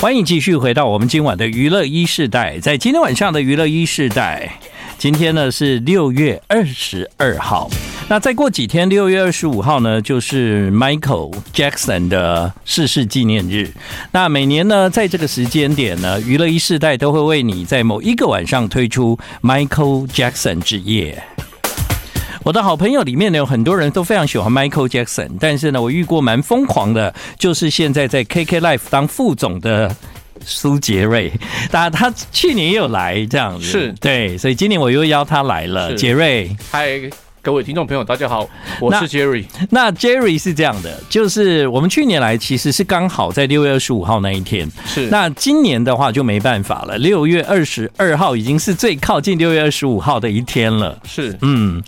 欢迎继续回到我们今晚的娱乐一世代，在今天晚上的娱乐一世代，今天呢是六月二十二号。那再过几天，六月二十五号呢，就是 Michael Jackson 的逝世纪念日。那每年呢，在这个时间点呢，娱乐一世代都会为你在某一个晚上推出 Michael Jackson 之夜。我的好朋友里面呢，有很多人都非常喜欢 Michael Jackson，但是呢，我遇过蛮疯狂的，就是现在在 KK Life 当副总的。苏杰瑞， 那他去年也有来这样子，是对，所以今年我又邀他来了。是杰瑞，嗨，各位听众朋友，大家好，我那是 Jerry。那 Jerry 是这样的，就是我们去年来其实是刚好在六月二十五号那一天，是那今年的话就没办法了，六月二十二号已经是最靠近六月二十五号的一天了。是嗯，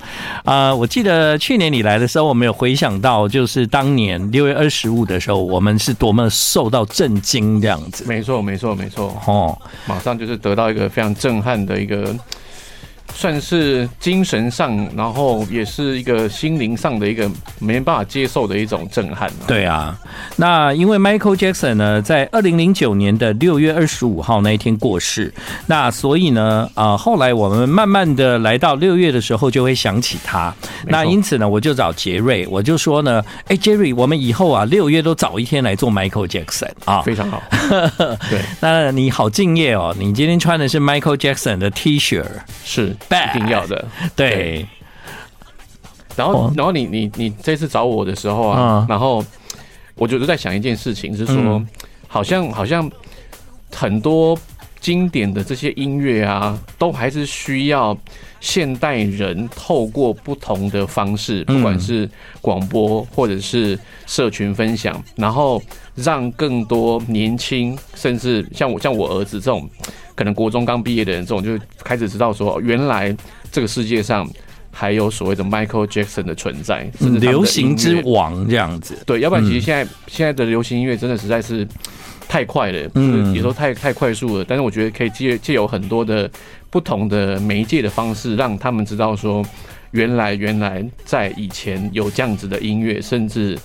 呃，我记得去年你来的时候，我们有回想到，就是当年六月二十五的时候，我们是多么受到震惊这样子。没错，没错，没错，哦，马上就是得到一个非常震撼的一个，算是精神上，然后也是一个心灵上的一个没办法接受的一种震撼、啊。对啊，那因为 Michael Jackson 呢，在二零零九年的六月二十五号那一天过世，那所以呢，啊、后来我们慢慢的来到六月的时候，就会想起他。没错那因此呢，我就找杰瑞，我就说呢，哎、杰瑞，我们以后啊，六月都早一天来做 Michael Jackson 啊。非 常好，对，那你好敬业哦！你今天穿的是 Michael Jackson 的 T 恤，是 Bad 一定要的。对，然哦后，然后你你你这次找我的时候啊嗯，然后我就是在想一件事情，是说嗯好像好像很多经典的这些音乐啊，都还是需要现代人透过不同的方式，嗯不管是广播或者是社群分享，然后让更多年轻，甚至像我像我儿子这种可能国中刚毕业的人，这种就开始知道说，哦原来这个世界上还有所谓的 Michael Jackson 的存在，甚至他们的嗯流行音之乐王这样子。对，要不然嗯其实现在、现在的流行音乐真的实在是太快了，嗯嗯，也都太太快速了。但是我觉得可以借借有很多的不同的媒介的方式，让他们知道说，原来原来在以前有这样子的音乐，甚至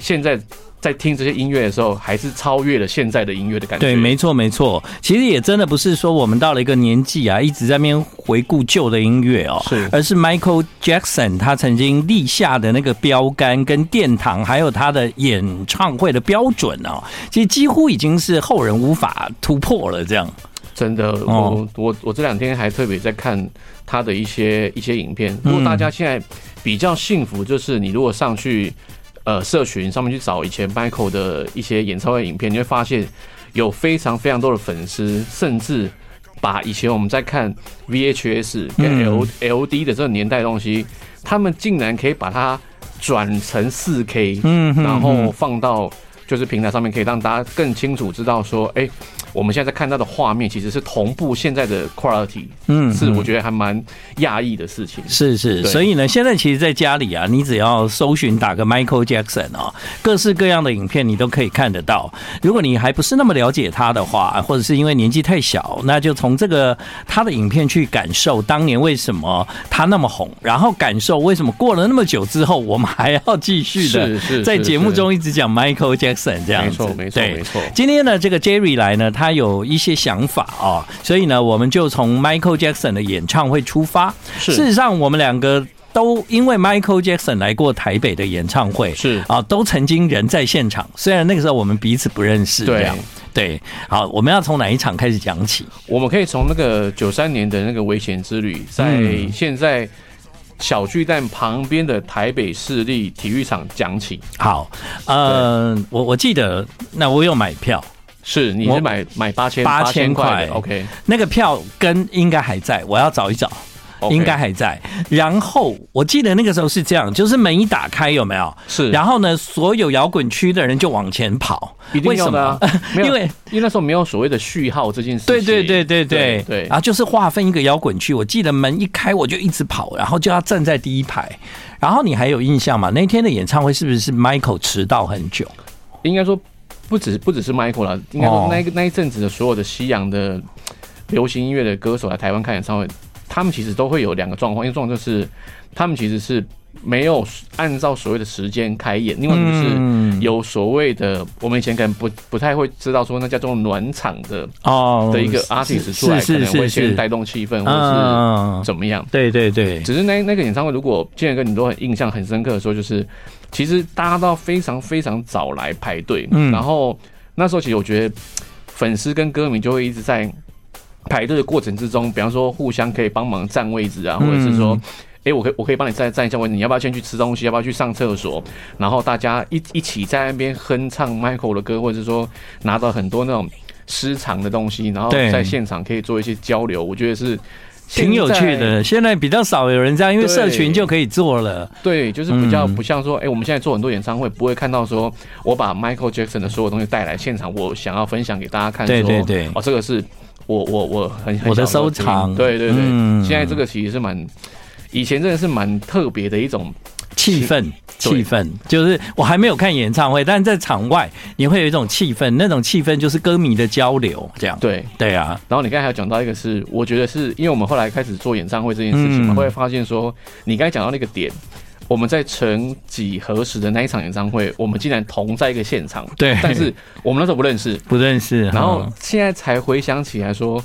现在在听这些音乐的时候，还是超越了现在的音乐的感觉。对，没错没错，其实也真的不是说我们到了一个年纪啊，一直在那边回顾旧的音乐哦，是而是 Michael Jackson 他曾经立下的那个标杆跟殿堂，还有他的演唱会的标准哦，其实几乎已经是后人无法突破了。这样，真的，哦我我我这两天还特别在看他的一些一些影片。如果大家现在比较幸福，就是你如果上去呃社群上面去找以前 Michael 的一些演唱会影片，你会发现有非常非常多的粉丝，甚至把以前我们在看 VHS 嗯跟 L L D 的这个年代的东西，他们竟然可以把它转成四 K，嗯哼然后放到就是平台上面，可以让大家更清楚知道说，哎、我们现在在看到的画面其实是同步现在的 quality，嗯是我觉得还蛮讶异的事情。是是，对所以呢，现在其实在家里啊，你只要搜寻打个 Michael Jackson 哦，各式各样的影片你都可以看得到。如果你还不是那么了解他的话，或者是因为年纪太小，那就从这个他的影片去感受当年为什么他那么红，然后感受为什么过了那么久之后，我们还要继续是是的是在节目中一直讲 Michael Jackson 这样没子。错，没错，对没错。今天呢，这个 Jerry 来呢，他有一些想法哦，所以呢，我们就从 Michael Jackson 的演唱会出发。是事实上，我们两个都因为 Michael Jackson 来过台北的演唱会，是啊，都曾经人在现场。虽然那个时候我们彼此不认识，对这样对。好，我们要从哪一场开始讲起？我们可以从那个九三年的那个危险之旅，在嗯现在小巨蛋旁边的台北市立体育场讲起。好，呃，我我记得那我有买票，是，你我是买买八千8000块块的，OK，那个票根应该还在，我要找一找。应该还在。然后我记得那个时候是这样，就是门一打开有没有？是，然后呢，所有摇滚区的人就往前跑，一定要的啊为什么没有 因为因为那时候没有所谓的序号这件事情。对对对啊对对对对然后就是划分一个摇滚区。我记得门一开我就一直跑，然后就要站在第一排。然后你还有印象吗？那天的演唱会是不是 Michael 迟到很久？应该说不只不只是 Michael 啦，应该哦说那一个那一阵子的所有的西洋的流行音乐的歌手来台湾看演唱会，他们其实都会有两个状况，一个状况就是他们其实是没有按照所谓的时间开演，另外就是嗯有所谓的，我们以前可能不不太会知道说那叫做暖场的哦的一个 artist 出来，可是能是是会先是，带动气氛，或者嗯是，怎么样。对对对，只是那那个演唱会，如果建仁哥你都很印象很深刻的时候，就是其实大家都非常非常早来排队，嗯然后那时候其实我觉得粉丝跟歌迷就会一直在排队的过程之中，比方说互相可以帮忙占位置啊，或嗯者是说。诶，我可以我可以帮你站站一下位置，你要不要先去吃东西？要不要去上厕所？然后大家一一起在那边哼唱 Michael 的歌，或者是说拿到很多那种私藏的东西，然后对在现场可以做一些交流，我觉得是挺有现趣在的。现在比较少有人这样，因为对社群就可以做了。对，就是比较嗯不像说，哎、我们现在做很多演唱会，不会看到说我把 Michael Jackson 的所有东西带来现场，我想要分享给大家看说，对对对哦，这个是我我我很很我的想要收藏听对对对，嗯现在这个其实是蛮，以前真的是蛮特别的一种，气氛，对气氛就是我还没有看演唱会，但在场外你会有一种气氛，那种气氛就是歌迷的交流，这样。对。对啊，然后你刚才还有讲到一个是，我觉得是因为我们后来开始做演唱会这件事情嘛，嗯后来发现说，你刚才讲到那个点。我们在曾几何时的那一场演唱会，我们竟然同在一个现场，对但是我们那时候不认识，不认识。然后嗯现在才回想起来说，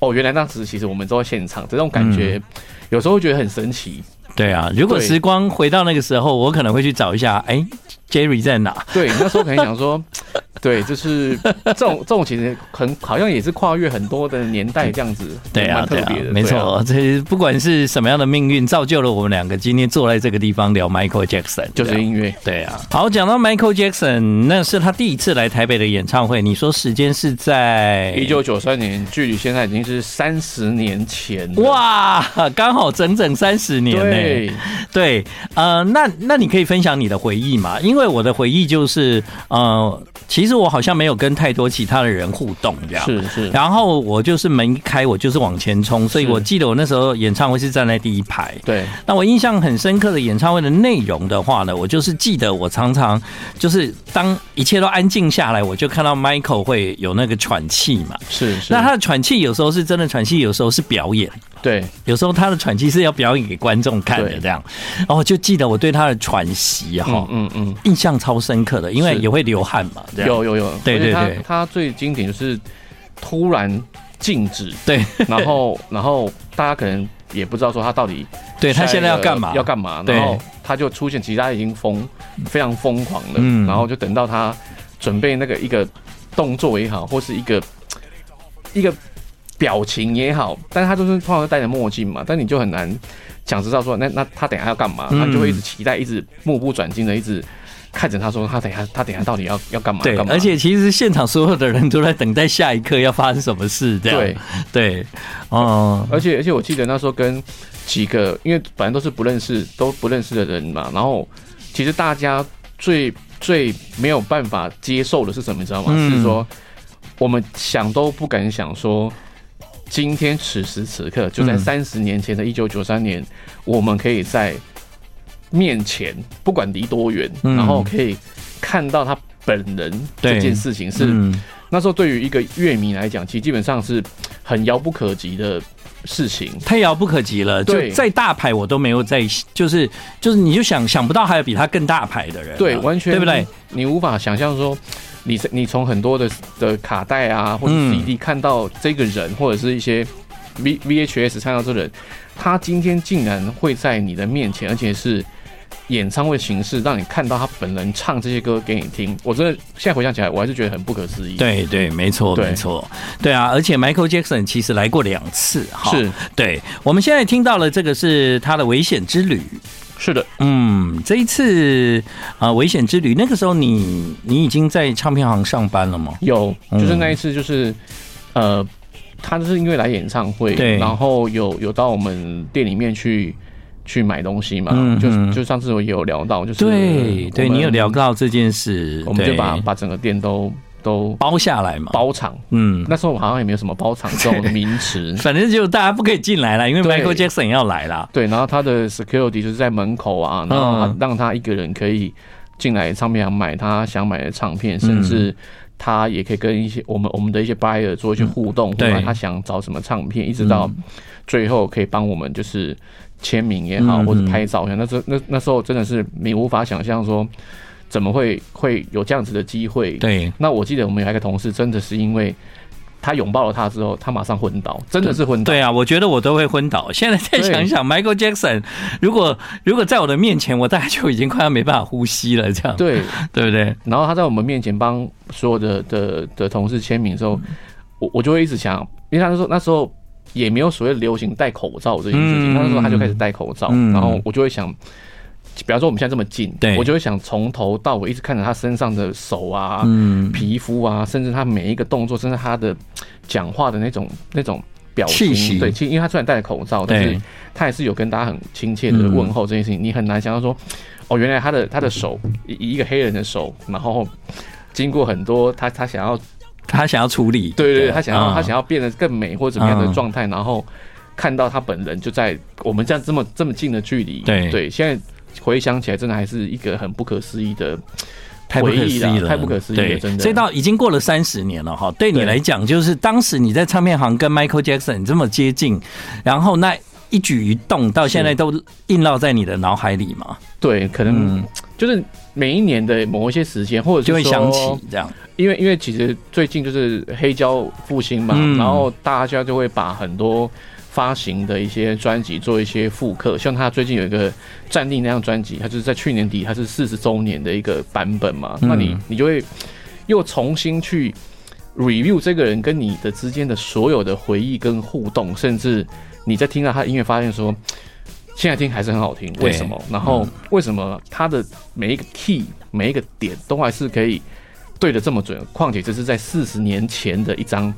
哦，原来当时其实我们都在现场，这种感嗯觉、有时候会觉得很神奇。对啊，如果对时光回到那个时候，我可能会去找一下，哎，Jerry 在哪？对，那时候可能想说， 对，就是这种这种其实很好像也是跨越很多的年代这样子，对啊，蛮特对啊别的，，没对啊错，这不管是什么样的命运，造就了我们两个今天坐在这个地方聊 Michael Jackson，就对啊是音乐。对啊，好，讲到 Michael Jackson，那是他第一次来台北的演唱会。你说时间是在一九九三年，距离现在已经是三十年前了。哇，刚好整整三十年呢、对，对，呃，那那你可以分享你的回忆嘛？因为我的回忆就是，呃，其实我好像没有跟太多其他的人互动这样。是是，然后我就是门一开，我就是往前冲，所以嗯是我记得我那时候演唱会是站在第一排。对，那我印象很深刻的演唱会的内容的话呢，我就是记得我常常就是当一切都安静下来，我就看到 Michael 会有那个喘气嘛。是是。那他的喘气有时候是真的喘气，有时候是表演，对有时候他的喘气是要表演给观众看的对这样。哦，就记得我对他的喘息哈、嗯嗯嗯，印象超深刻的，因为是也会流汗嘛，这样。有有有，对而且对他对他最经典就是突然静止，对然后然后大家可能也不知道说他到底对，他现在要干嘛？要干嘛，对然后他就出现，其实他已经疯，非常疯狂了，嗯然后就等到他准备那个一个动作也好，或是一个一个表情也好，但是他就是通常都戴着墨镜嘛，但你就很难想知道说那那他等一下要干嘛，嗯他就会一直期待，一直目不转睛的一直。看着他说，他等一下，他等一下到底要要干嘛？对，干嘛而且其实现场所有的人都在等待下一刻要发生什么 事，这样。对，对，哦，而且而且我记得那时候跟几个，因为反正都是不认识都不认识的人嘛，然后其实大家最最没有办法接受的是什么，你知道吗？嗯是说我们想都不敢想说。今天此时此刻，就在嗯三十年前的一九九三年，我们可以在面前，不管离多远，嗯然后可以看到他本人这对件事情是嗯那时候对于一个乐迷来讲，其实基本上是很遥不可及的事情。太遥不可及了。就对再大牌我都没有在，就是就是，你就想想不到还有比他更大牌的人啊、对，完全对不对？？你无法想象说，你你从很多的的卡带啊，或者嗯 CD 看到这个人，或者是一些 V VHS 看到这人，他今天竟然会在你的面前，而且是演唱会形式，让你看到他本人唱这些歌给你听。我真的现在回想起来，我还是觉得很不可思议。，对对，没错对没错，对啊，而且 Michael Jackson 其实来过两次哈。是对，我们现在听到了这个是他的危险之旅。是的，嗯，这一次啊、呃危险之旅，那个时候你你已经在唱片行上班了吗？有，嗯就是那一次，就是、呃，他就是因为来演唱会，对然后有有到我们店里面去去买东西嘛，嗯嗯就就上次我也有聊到，就是对对，我们你有聊，到这件事，我们就对把把整个店都都包下来嘛。包场，嗯，，那时候好像也没有什么包场这种名词反正就大家不可以进来了，因为对 Michael Jackson 要来啦。对，然后他的 security 就是在门口嗯啊，嗯然后他让他一个人可以进来唱片行买他想买的唱片，甚至他也可以跟一些我们我们的一些 buyer 做一些互动，对嗯对吧？他想找什么唱片，一直到最后可以帮我们就是签名也好，嗯或者拍照。那时候那那时候真的是你无法想象说怎么会会有这样子的机会。对，那我记得我们有一个同事，真的是因为他拥抱了他之后，他马上昏倒，真的是昏倒。对啊，我觉得我都会昏倒。现在再对想一想，Michael Jackson，如果如果在我的面前，我大概就已经快要没办法呼吸了，这样对，对不对？然后他在我们面前帮所有的的的同事签名之后，嗯我我就会一直想，因为他那时候那时候也没有所谓流行戴口罩这件事嗯情，那时候他就开始戴口罩，嗯然后我就会想。比方说我们现在这么近，对我就会想从头到尾一直看着他身上的手啊、嗯，皮肤啊，甚至他每一个动作，甚至他的讲话的那种那种表气息情，对，其因为他虽然戴了口罩，但对是他也是有跟大家很亲切的问候这件事情，你很难想象说，哦，原来他的他的手，嗯以一个黑人的手，然后经过很多他他想要，他想要处理，啊对对对，他想要、他想要，要变得更美或怎么样的嗯状态，然后看到他本人就在我们这样这么这么近的距离，对对，现在回想起来，真的还是一个很不可思议的。太不可回忆思啦议了，太不可思议了对真的所以到已经过了三十年了哈，对你对来讲，就是当时你在唱片行跟 Michael Jackson 这么接近，然后那一举一动到现在都印烙在你的脑海里嘛，对，可能嗯，就是每一年的某一些时间，或者是就会说想起这样，因为因为其实最近就是黑胶复兴嘛，嗯然后大家就会把很多发行的一些专辑做一些复刻，像他最近有一个《战地》那张专辑，它就是在去年底它是四十周年的一个版本嘛，嗯那你你就会又重新去 review 这个人跟你的之间的所有的回忆跟互动，甚至你在听到他的音乐，发现说。现在听还是很好听，对嗯为什么？然后为什么他的每一个 key、每一个点都还是可以对的这么准，况且这是在四十年前的一张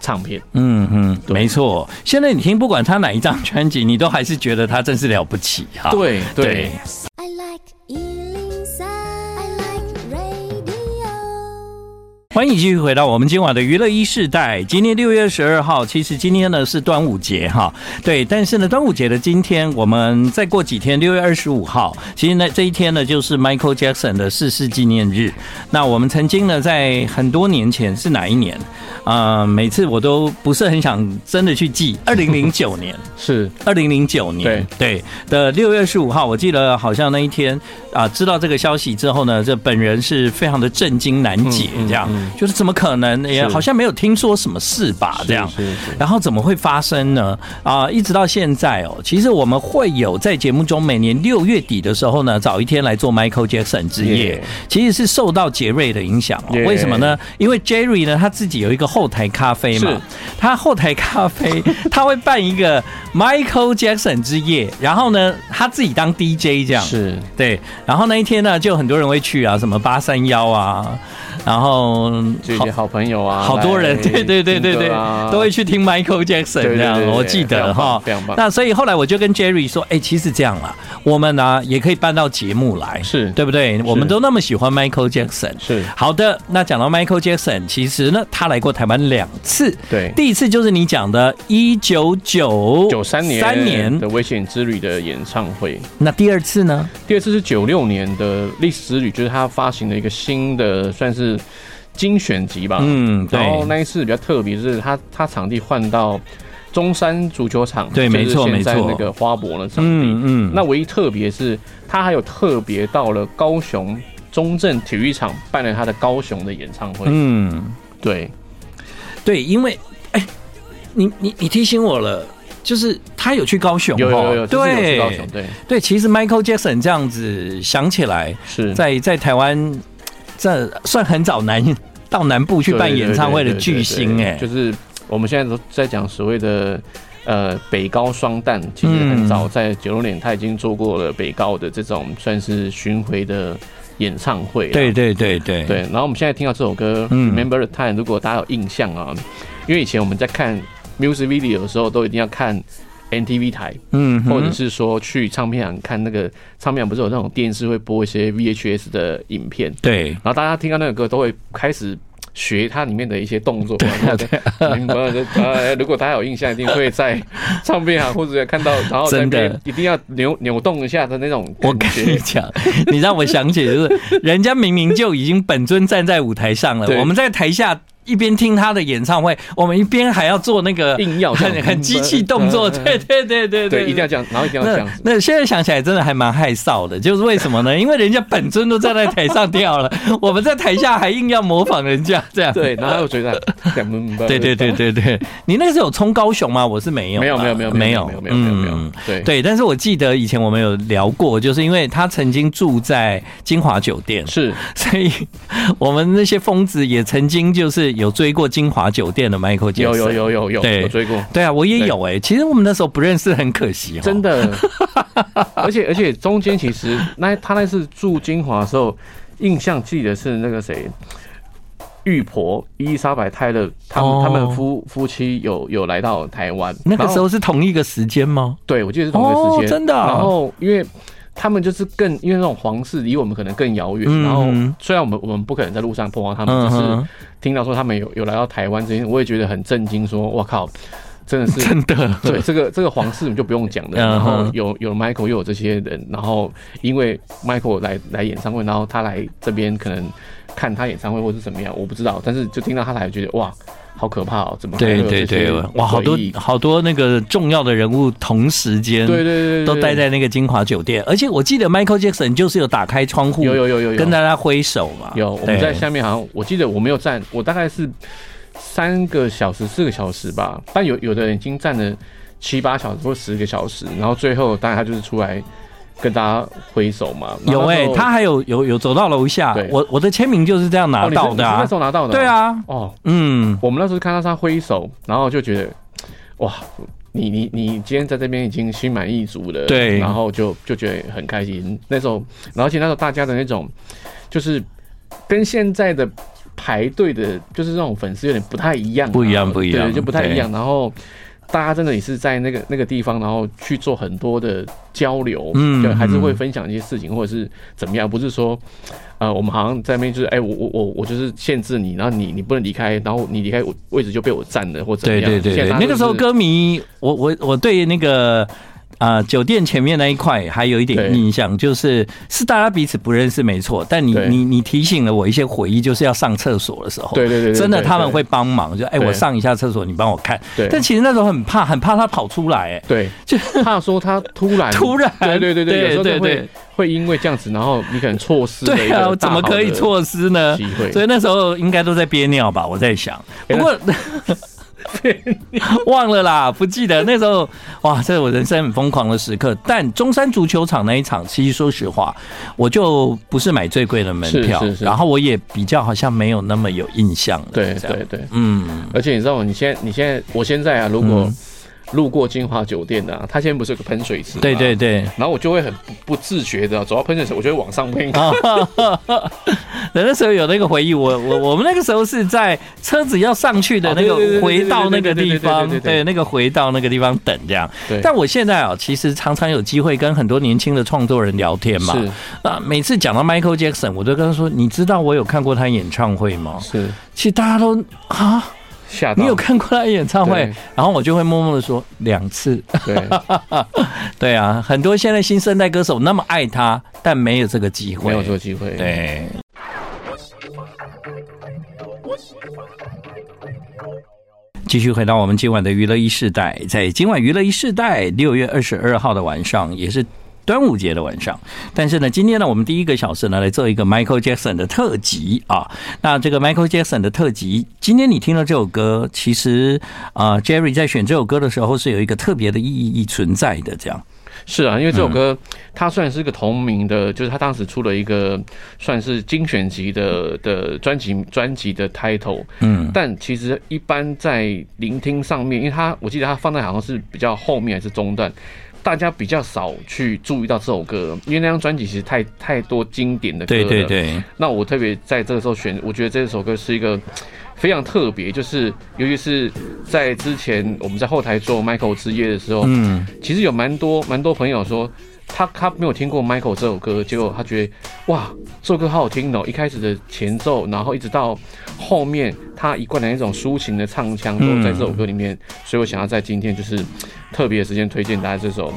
唱片。嗯嗯，对没错。现在你听，不管他哪一张专辑，你都还是觉得他真是了不起哈。对啊对对， I like Ealing Sound. I like radio. 欢迎继续回到我们今晚的娱乐一世代。今天六月十二号，其实今天呢是端午节哈，对。但是呢，端午节的今天，我们再过几天，六月二十五号，其实呢这一天呢就是 Michael Jackson 的逝世纪念日。那我们曾经呢在很多年前是哪一年？呃，每次我都不是很想真的去记，二零零九年。是二零零九年对的六月十五号，我记得好像那一天啊，知道这个消息之后呢，这本人是非常的震惊难解，嗯嗯这样、嗯就是怎么可能也是好像没有听说什么事吧，啊这样。是是然后怎么会发生呢？啊、一直到现在哦，其实我们会有在节目中每年六月底的时候呢，找一天来做 Michael Jackson 之夜 Yeah 其实是受到杰瑞的影响哦。 Yeah 为什么呢？因为 Jerry 呢他自己有一个后台咖啡嘛是，他后台咖啡 他会办一个 Michael Jackson 之夜，然后呢他自己当 DJ 这样。是对，然后那一天呢，就很多人会去啊，什么八三幺啊，然后就一些好朋友啊，好多人，来对对对对听对歌啊，都会去听 Michael Jackson 对对这样，对对我记得哈非常棒非常棒。那所以后来我就跟 Jerry 说，哎，其实这样啦，我们呢、也可以搬到节目来，是对不对？我们都那么喜欢 Michael Jackson。是好的，那讲到 Michael Jackson，其实呢，他来过台湾两次。对第一次就是你讲的，一九九九三年三年的。危险之旅的演唱会，那第二次呢？第二次是九六年的历史之旅，就是他发行了一个新的算是精选集吧，嗯，对然，后那一次比较特别，是他他场地换到中山足球场，对就是没错现在没错那个花博那场地。嗯嗯，那唯一特别是，他还有特别到了高雄中正体育场办了他的高雄的演唱会。嗯。对，对，因为哎、你你你提醒我了，就是他有去高雄哦，有有有有，这次有去对高雄，对，对，其实 Michael Jackson 这样子想起来，是在在台湾这算很早南到南部去办演唱会的巨星哎、就是我们现在都在讲所谓的。呃，北高双旦其实很早在九六年他已经做过了北高的这种算是巡回的演唱会了，对对对对对，然后我们现在听到这首歌《嗯 Remember the Time》，如果大家有印象啊，因为以前我们在看 music video 的时候，都一定要看 NTV 台，嗯哼，或者是说去唱片行看那个唱片行，不是有那种电视会播一些 VHS 的影片，对然后大家听到那个歌都会开始学它里面的一些动作。啊明白了呃，如果大家有印象，一定会在唱片行或者看到，然后在真那的边一定要扭扭动一下的那种我感跟你觉。讲，你让我想起就是，人家明明就已经本尊站在舞台上了，对我们在台下一边听他的演唱会，我们一边还要做那个硬要这样很很机器动作，嗯嗯嗯对对对对对，一定要这样，然后一定要这那样子。那现在想起来真的还蛮害臊的，就是为什么 呢？因为人家本尊都站在台上跳了，我们在台下还硬要模仿人家这样。对，然后我觉得，嗯对对对对对对，你那个时候有冲高雄吗？我是没有吧，没有没有没有没有没有没有没有没有嗯，对对，但是我记得以前我们有聊过，就是因为他曾经住在金华酒店，是所以我们那些疯子也曾经就是有追过金华酒店的 Michael Jackson。有有。有有有对有追过，对啊，我也有哎、其实我们那时候不认识，很可惜哦。真的， 而且而且中间其实那他那次住金华的时候，印象记得是那个谁，玉婆伊莎白泰勒，他们、哦他们夫夫妻有有来到台湾，那个然后时候是同一个时间吗？对我记得是同一个时间、哦真的啊然后因为。他们就是更因为那种皇室离我们可能更遥远，嗯然后虽然我们我们不可能在路上碰到他们，嗯只是哼，听到说他们有有来到台湾这件事，我也觉得很震惊，说我靠，真 的是真的。对，这个这个皇室我们就不用讲了。嗯然哼后有有 Michael 又有这些人，然后因为 Michael 来来演唱会，然后他来这边可能看他演唱会或是怎么样，我不知道。但是就听到他来，觉得哇，好可怕哦，怎么还会对有对这些对，哇，好多诡异好多那个重要的人物同时间，对对对对都待在那个金华酒店，而且我记得 Michael Jackson 就是有打开窗户，有有有有有跟大家挥手嘛。有我们对在下面好像我记得我没有站，我大概是三个小时四个小时吧，但有有的人已经站了七八小时或十个小时，然后最后当然他就是出来跟大家挥手嘛。然后有那哎、时候他还有有有走到楼下对，我我的签名就是这样拿哦你是到的你是啊那时。候拿到的，对。啊，哦，嗯，我们那时候看到他挥手，然后就觉得，哇，你你你今天在这边已经心满意足了，对然后就就觉得很开心。那时候，然后而且那时候大家的那种，就是跟现在的排队的，就是那种粉丝有点不太一样啊、不一样不一样对，就不太一对样。然后。大家真的也是在那个那个地方，然后去做很多的交流，嗯对，还是会嗯分享一些事情，或者是怎么样，不是说呃，我们好像在那边就是，哎、我我我我就是限制你，然后你你不能离开，然后你离开我位置就被我占了或怎么对样。对对现对在，大家那个时候就是歌迷，我我我对那个。啊、酒店前面那一块还有一点对印象，就是是大家彼此不认识没错，但你对你你提醒了我一些回忆，就是要上厕所的时候，对对对对对 真的对他们会帮忙，就哎、对我上一下厕所，你帮我看。对但其实那时候很怕，很怕他跑出来、哎，对， 就怕说他突然突然对对对对对，有时候对就对会会因为这样子，然后你可能错失了一对啊，个我怎么可以错失呢机？会？哎所以那时候应该都在憋尿吧，我在想。不过忘了啦，不记得那时候哇，这是我人生很疯狂的时刻。但中山足球场那一场，其实说实话，我就不是买最贵的门票是是，是然后我也比较好像没有那么有印象了。对这样对，对，嗯，而且你知道，你现在你现在我现在啊，如果路过金华酒店啊，它现在不是有个喷水池？对对。对。然后我就会很不不自觉啊的走到喷水池，我就会往上喷。啊，那时候有那个回忆，我我我们那个时候是在车子要上去的那哦对对个对对回到那个对对地对对对对方，对对对对那个回到那个地方等这样。对，但我现在啊，其实常常有机会跟很多年轻的创作人聊天嘛。是啊，每次讲到 Michael Jackson，我都跟他说：“你知道我有看过他演唱会吗是？”其实大家都啊，吓到你有看过他演唱会对？然后我就会默默的说两次。对。对啊，很多现在新生代歌手那么爱他，但没有这个机会。没有这个机会。， 对。继续回到我们今晚的娱乐一世代，在今晚娱乐一世代六月二十二号的晚上，也是端午节的晚上。但是呢，今天呢，我们第一个小时呢来做一个 Michael Jackson 的特辑啊。那这个 Michael Jackson 的特辑，今天你听到这首歌，其实啊、j e r r y 在选这首歌的时候是有一个特别的意义存在的，这样。是啊，因为这嗯首歌、它虽然是个同名的，就是他当时出了一个算是精选集的的专辑专辑的 title，嗯，但其实一般在聆听上面，因为它我记得它放在好像是比较后面还是中段。大家比较少去注意到这首歌，因为那张专辑其实太太多经典的歌了。对对对，那我特别在这个时候选，我觉得这首歌是一个非常特别，就是尤其是在之前我们在后台做 Michael 之夜的时候，嗯。其实有蛮多蛮多朋友说，他他没有听过 Michael 这首歌，结果他觉得哇，这首歌好好听哦！一开始的前奏，然后一直到后面他一贯的那种抒情的唱腔都在这首歌里面，所以我想要在今天就是特别的时间推荐大家这首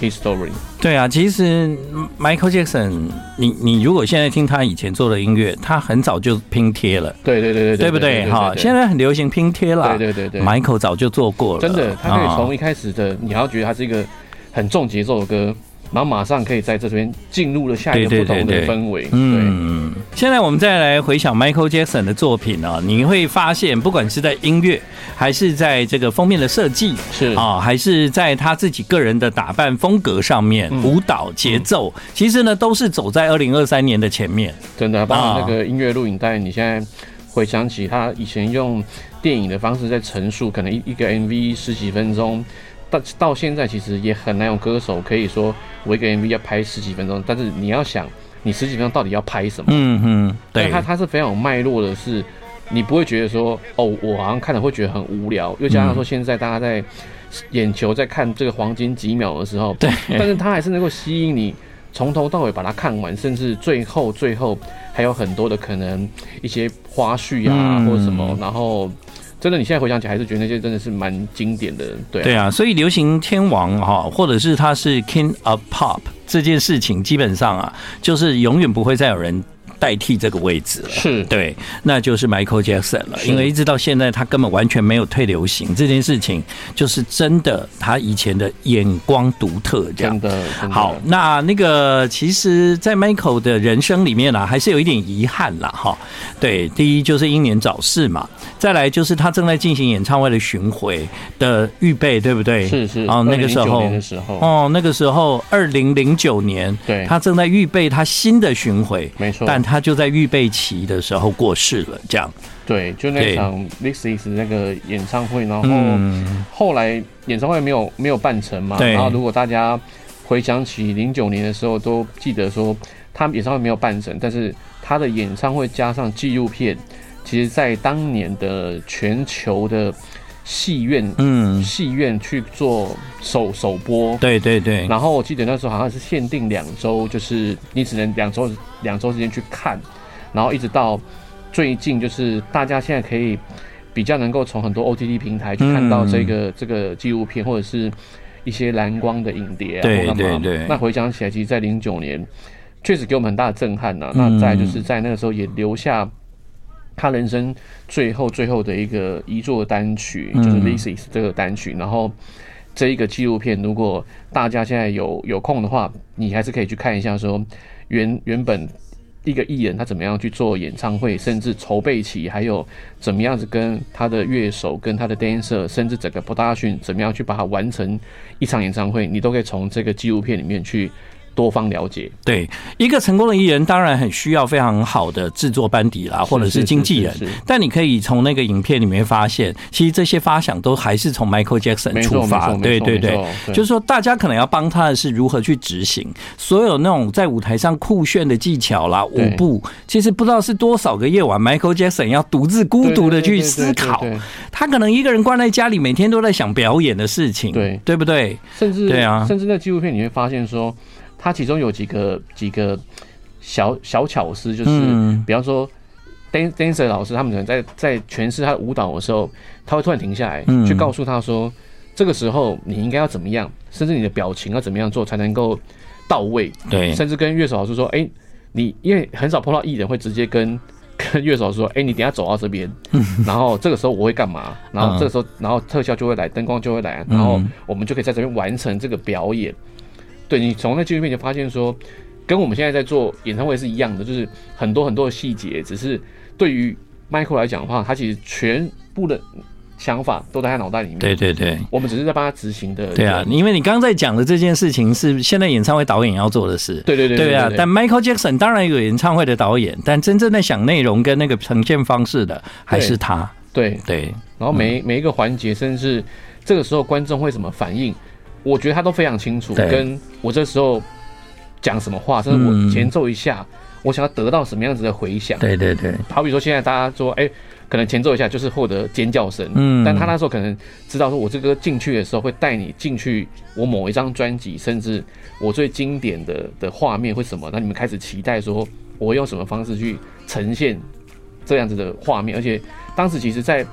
《History》。对啊，其实嗯 Michael Jackson，你你如果现在听他以前做的音乐，他很早就拼贴了，对对对对对不对？哈，现在很流行拼贴啦。对对对对 Michael 早就做过了，真的，他可以啊从一开始的，你还要觉得它是一个很重节奏的歌，然后马上可以在这边进入了下一个对对不同对的对氛围。对，嗯，现在我们再来回想 Michael Jackson 的作品啊，你会发现，不管是在音乐，还是在这个封面的设计，是啊，还是在他自己个人的打扮风格上面，嗯舞蹈节奏，其实呢，都是走在二零二三年的前面。真的，包啊括那个音乐录影带，你现在回想起他以前用电影的方式在陈述，可能一一个 MV 十几分钟。到到现在其实也很难有歌手可以说我一个 MV 要拍十几分钟，但是你要想你十几分钟到底要拍什么？嗯哼，但对，它它是非常有脉络的是，你不会觉得说哦，我好像看了会觉得很无聊，又加上嗯说现在大家在眼球在看这个黄金几秒的时候，对但是它还是能够吸引你从头到尾把它看完，甚至最后最后还有很多的可能一些花絮啊、嗯或者什么，然后真的你现在回想起来还是觉得那些真的是蛮经典的，对啊、对啊，所以流行天王哈，或者是他是 King of Pop 这件事情，基本上啊，就是永远不会再有人代替这个位置了。是。对，那就是 Michael Jackson 了，是因为一直到现在他根本完全没有退流行这件事情，就是真的他以前的眼光独特这样真。的，真的好，那那个其实，在 Michael 的人生里面呢、还是有一点遗憾啦，哈。对，第一就是英年早逝嘛，再来就是他正在进行演唱会的巡回的预备，对不对？是是哦，那个时2009候年的时候，哦，那个时候，二零零九年，对他正在预备他新的巡回，没错但他就在预备期的时候过世了，这样，对，就那对场 l i x i s 那个演唱会，然后嗯后来演唱会没有没有办成嘛，对然后如果大家回想起零九年的时候，都记得说他演唱会没有办成，但是他的演唱会加上纪录片，其实在当年的全球的戏院嗯，戏院去做首首播。对对对，然后我记得那时候好像是限定两周，就是你只能两周两周之间去看，然后一直到最近，就是大家现在可以比较能够从很多 OTT 平台去看到这嗯个、这个纪录片或者是一些蓝光的影碟啊，对或干嘛对对那回想起来，其实，在零九年确实给我们很大的震撼呐、那再来就是嗯在那个时候也留下。他人生最后最后的一个遗作单曲，就是《嗯 l i s i s 这个单曲，然后这一个纪录片，如果大家现在有有空的话，你还是可以去看一下，说原原本一个艺人他怎么样去做演唱会，甚至筹备期，还有怎么样子跟他的乐手、跟他的 dancer，甚至整个 production 怎么样去把它完成一场演唱会，你都可以从这个纪录片里面去多方了解。对，一个成功的艺人当然很需要非常好的制作班底啦，或者是经纪人是是是，但你可以从那个影片里面发现，其实这些发想都还是从 Michael 没 Jackson 错出发没，错对对没错对没，错就是说大家可能要帮他的是如何去执行，所有那种在舞台上酷炫的技巧啦、舞对步，其实不知道是多少个夜晚，Michael Jackson 要独自孤独的去对对对对思考对对对，他可能一个人关在家里，每天都在想表演的事情，对对不对？甚至对啊甚至在纪录片你会发现说，它其中有几个几个小小巧思，就是、嗯比方说 dan dancer 老师他们可能在在诠释他的舞蹈的时候，他会突然停下来，嗯去告诉他说，这个时候你应该要怎么样，甚至你的表情要怎么样做才能够到位，对甚至跟乐手老师说，哎、你因为很少碰到艺人会直接跟。 跟乐手说：“哎、你等一下走到 这边，然后这个时候我会干嘛？然后这个时候，然后特效就会来，灯光就会来，啊然后嗯我们就可以在这边完成这个表演。对你从那纪录片就发现说，跟我们现在在做演唱会是一样的，就是很多很多的细节，只是对于 Michael 来讲的话，他其实全部的想法都在他脑袋里面。对，对对。我们只是在帮他执行的。对啊，因为你刚在讲的这件事情是现在演唱会导演要做的事。对对对对啊对，但 Michael Jackson 当然有演唱会的导演，但真正在想内容跟那个呈现方式的还是他。对，对，然后每、嗯每一个环节，甚至这个时候观众会怎么反应，我觉得他都非常清楚。对跟我这时候讲什么话，甚至嗯我前奏一下，我想要得到什么样子的回响。对对对，好比说现在大家说，哎、可能前奏一下就是获得尖叫声，嗯但他那时候可能知道说，我这个进去的时候会带你进去我某一张专辑，甚至我最经典的的画面会什么，那你们开始期待说我会用什么方式去呈现这样子的画面，而且当时其实，在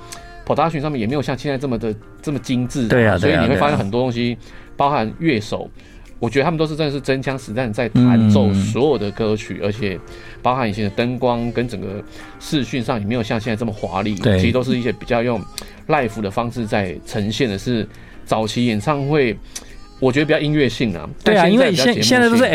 production 上面也没有像现在这么的这么精致，对啊所以对啊你会对啊发现很多东西，包含乐手。我觉得他们都是真的是真枪实弹在弹奏嗯所有的歌曲，而且包含以前的灯光跟整个视讯上也没有像现在这么华丽，对其实都是一些比较用 live 的方式在呈现的是早期演唱会，我觉得比较音乐性啊。对啊，但因为比较节现目现在都是性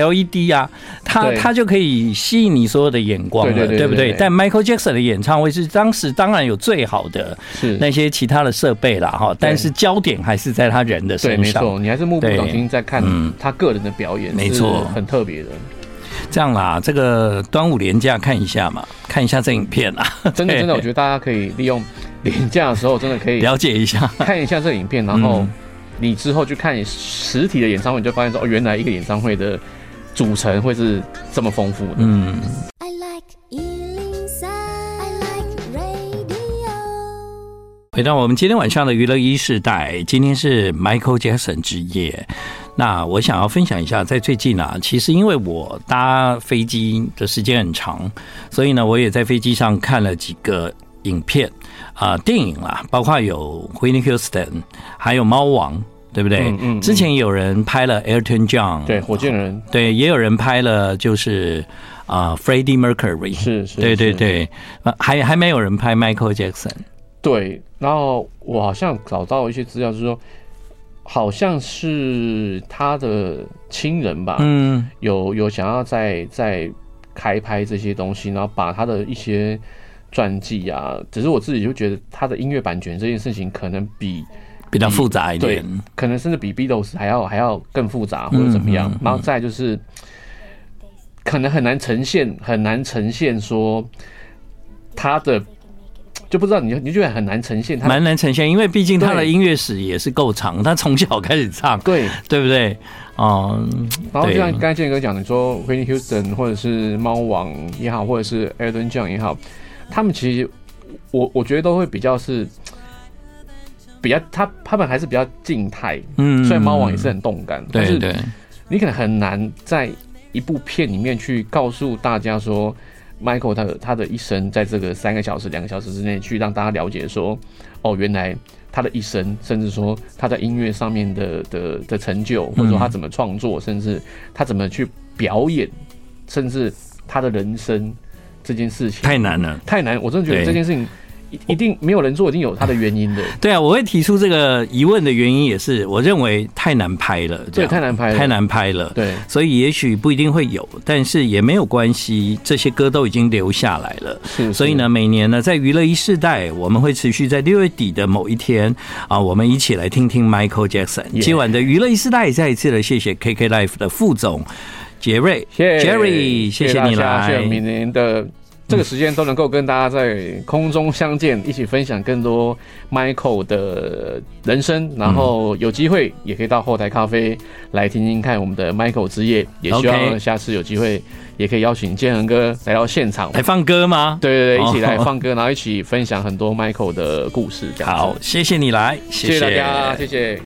LED 啊，它对它就可以吸引你所有的眼光了，对对对不对对？对但 Michael Jackson 的演唱会是当时当然有最好的是那些其他的设备啦，哈，但是焦点还是在他人的对，身没上。错，你还是目不对转睛在看嗯他个人的表演，没错是很特别 的。这样啦，这个端午连假看一下嘛，看一下这影片啊，真的真的，我觉得大家可以利用廉价的时候，真的可以了解一下。看一下这影片，然后嗯你之后去看实体的演唱会，你就发现说，哦，原来一个演唱会的组成会是这么丰富的。嗯， I like Ealing Sound. I like radio. 回到我们今天晚上的娱乐一世代，今天是 Michael Jackson 之夜。那我想要分享一下，在最近啊，其实因为我搭飞机的时间很长，所以呢，我也在飞机上看了几个影片啊、电影啦、包括有 Whitney Houston，还有猫王，对不对？嗯嗯嗯之前有人拍了 Elton John，对，火箭人对，也有人拍了，就是啊、f r e d d i e Mercury，是是，对对是对，呃还还没有人拍 Michael Jackson，对。然后我好像找到一些资料，就是说，好像是他的亲人吧，嗯，有有想要再再开拍这些东西，然后把他的一些传记啊，只是我自己就觉得他的音乐版权这件事情可能比比嗯较复杂一点，可能甚至比 Beatles 还要还要更复杂或者怎么样。嗯嗯嗯然后再来就是，可能很难呈现，很难呈现说他的，就不知道你就你就觉得很难呈现他的蛮难呈现，因为毕竟他的对音乐史也是够长，他从小开始唱，对。对不对？哦、然后就像对刚才建哥讲的，你说 Whitney Houston 或者是猫王也好，或者是 Elton John 也好，他们其实我我觉得都会比较是。比较他他们还是比较静态，嗯，虽然猫王也是，很动感，但对是对，你可能很难在一部片里面去告诉大家说，Michael 他的他的一生在这个三个小时、两个小时之内去让大家了解说，哦，原来他的一生，甚至说他在音乐上面的的的成就，或者说他怎么创作，甚至他怎么去表演，甚至他的人生这件事情太难了。太难，我真的觉得对这件事情一一定没有人做，一定有他的原因的，对啊，我会提出这个疑问的原因也是，我认为太难拍了，这对，样太难拍了，太，难拍了。对，所以也许不一定会有，但是也没有关系，这些歌都已经留下来了。是，所以呢，每年呢，在娱乐一世代，我们会持续在六月底的某一天啊，我们一起来听听 Michael Jackson。 Yeah 今晚的娱乐一世代，再一次的谢谢 KK Life 的副总杰瑞谢谢 Jerry，谢谢你大家来谢。谢每年的这个时间都能够跟大家在空中相见，一起分享更多 Michael 的人生。然后有机会也可以到后台咖啡来听听看我们的 Michael 之夜，也希 OK 望下次有机会也可以邀请建恒哥来到现场。来放歌吗？对对对，一起来哦放歌，然后一起分享很多 Michael 的故事。这样子好，，谢谢你来，谢谢大家，谢谢。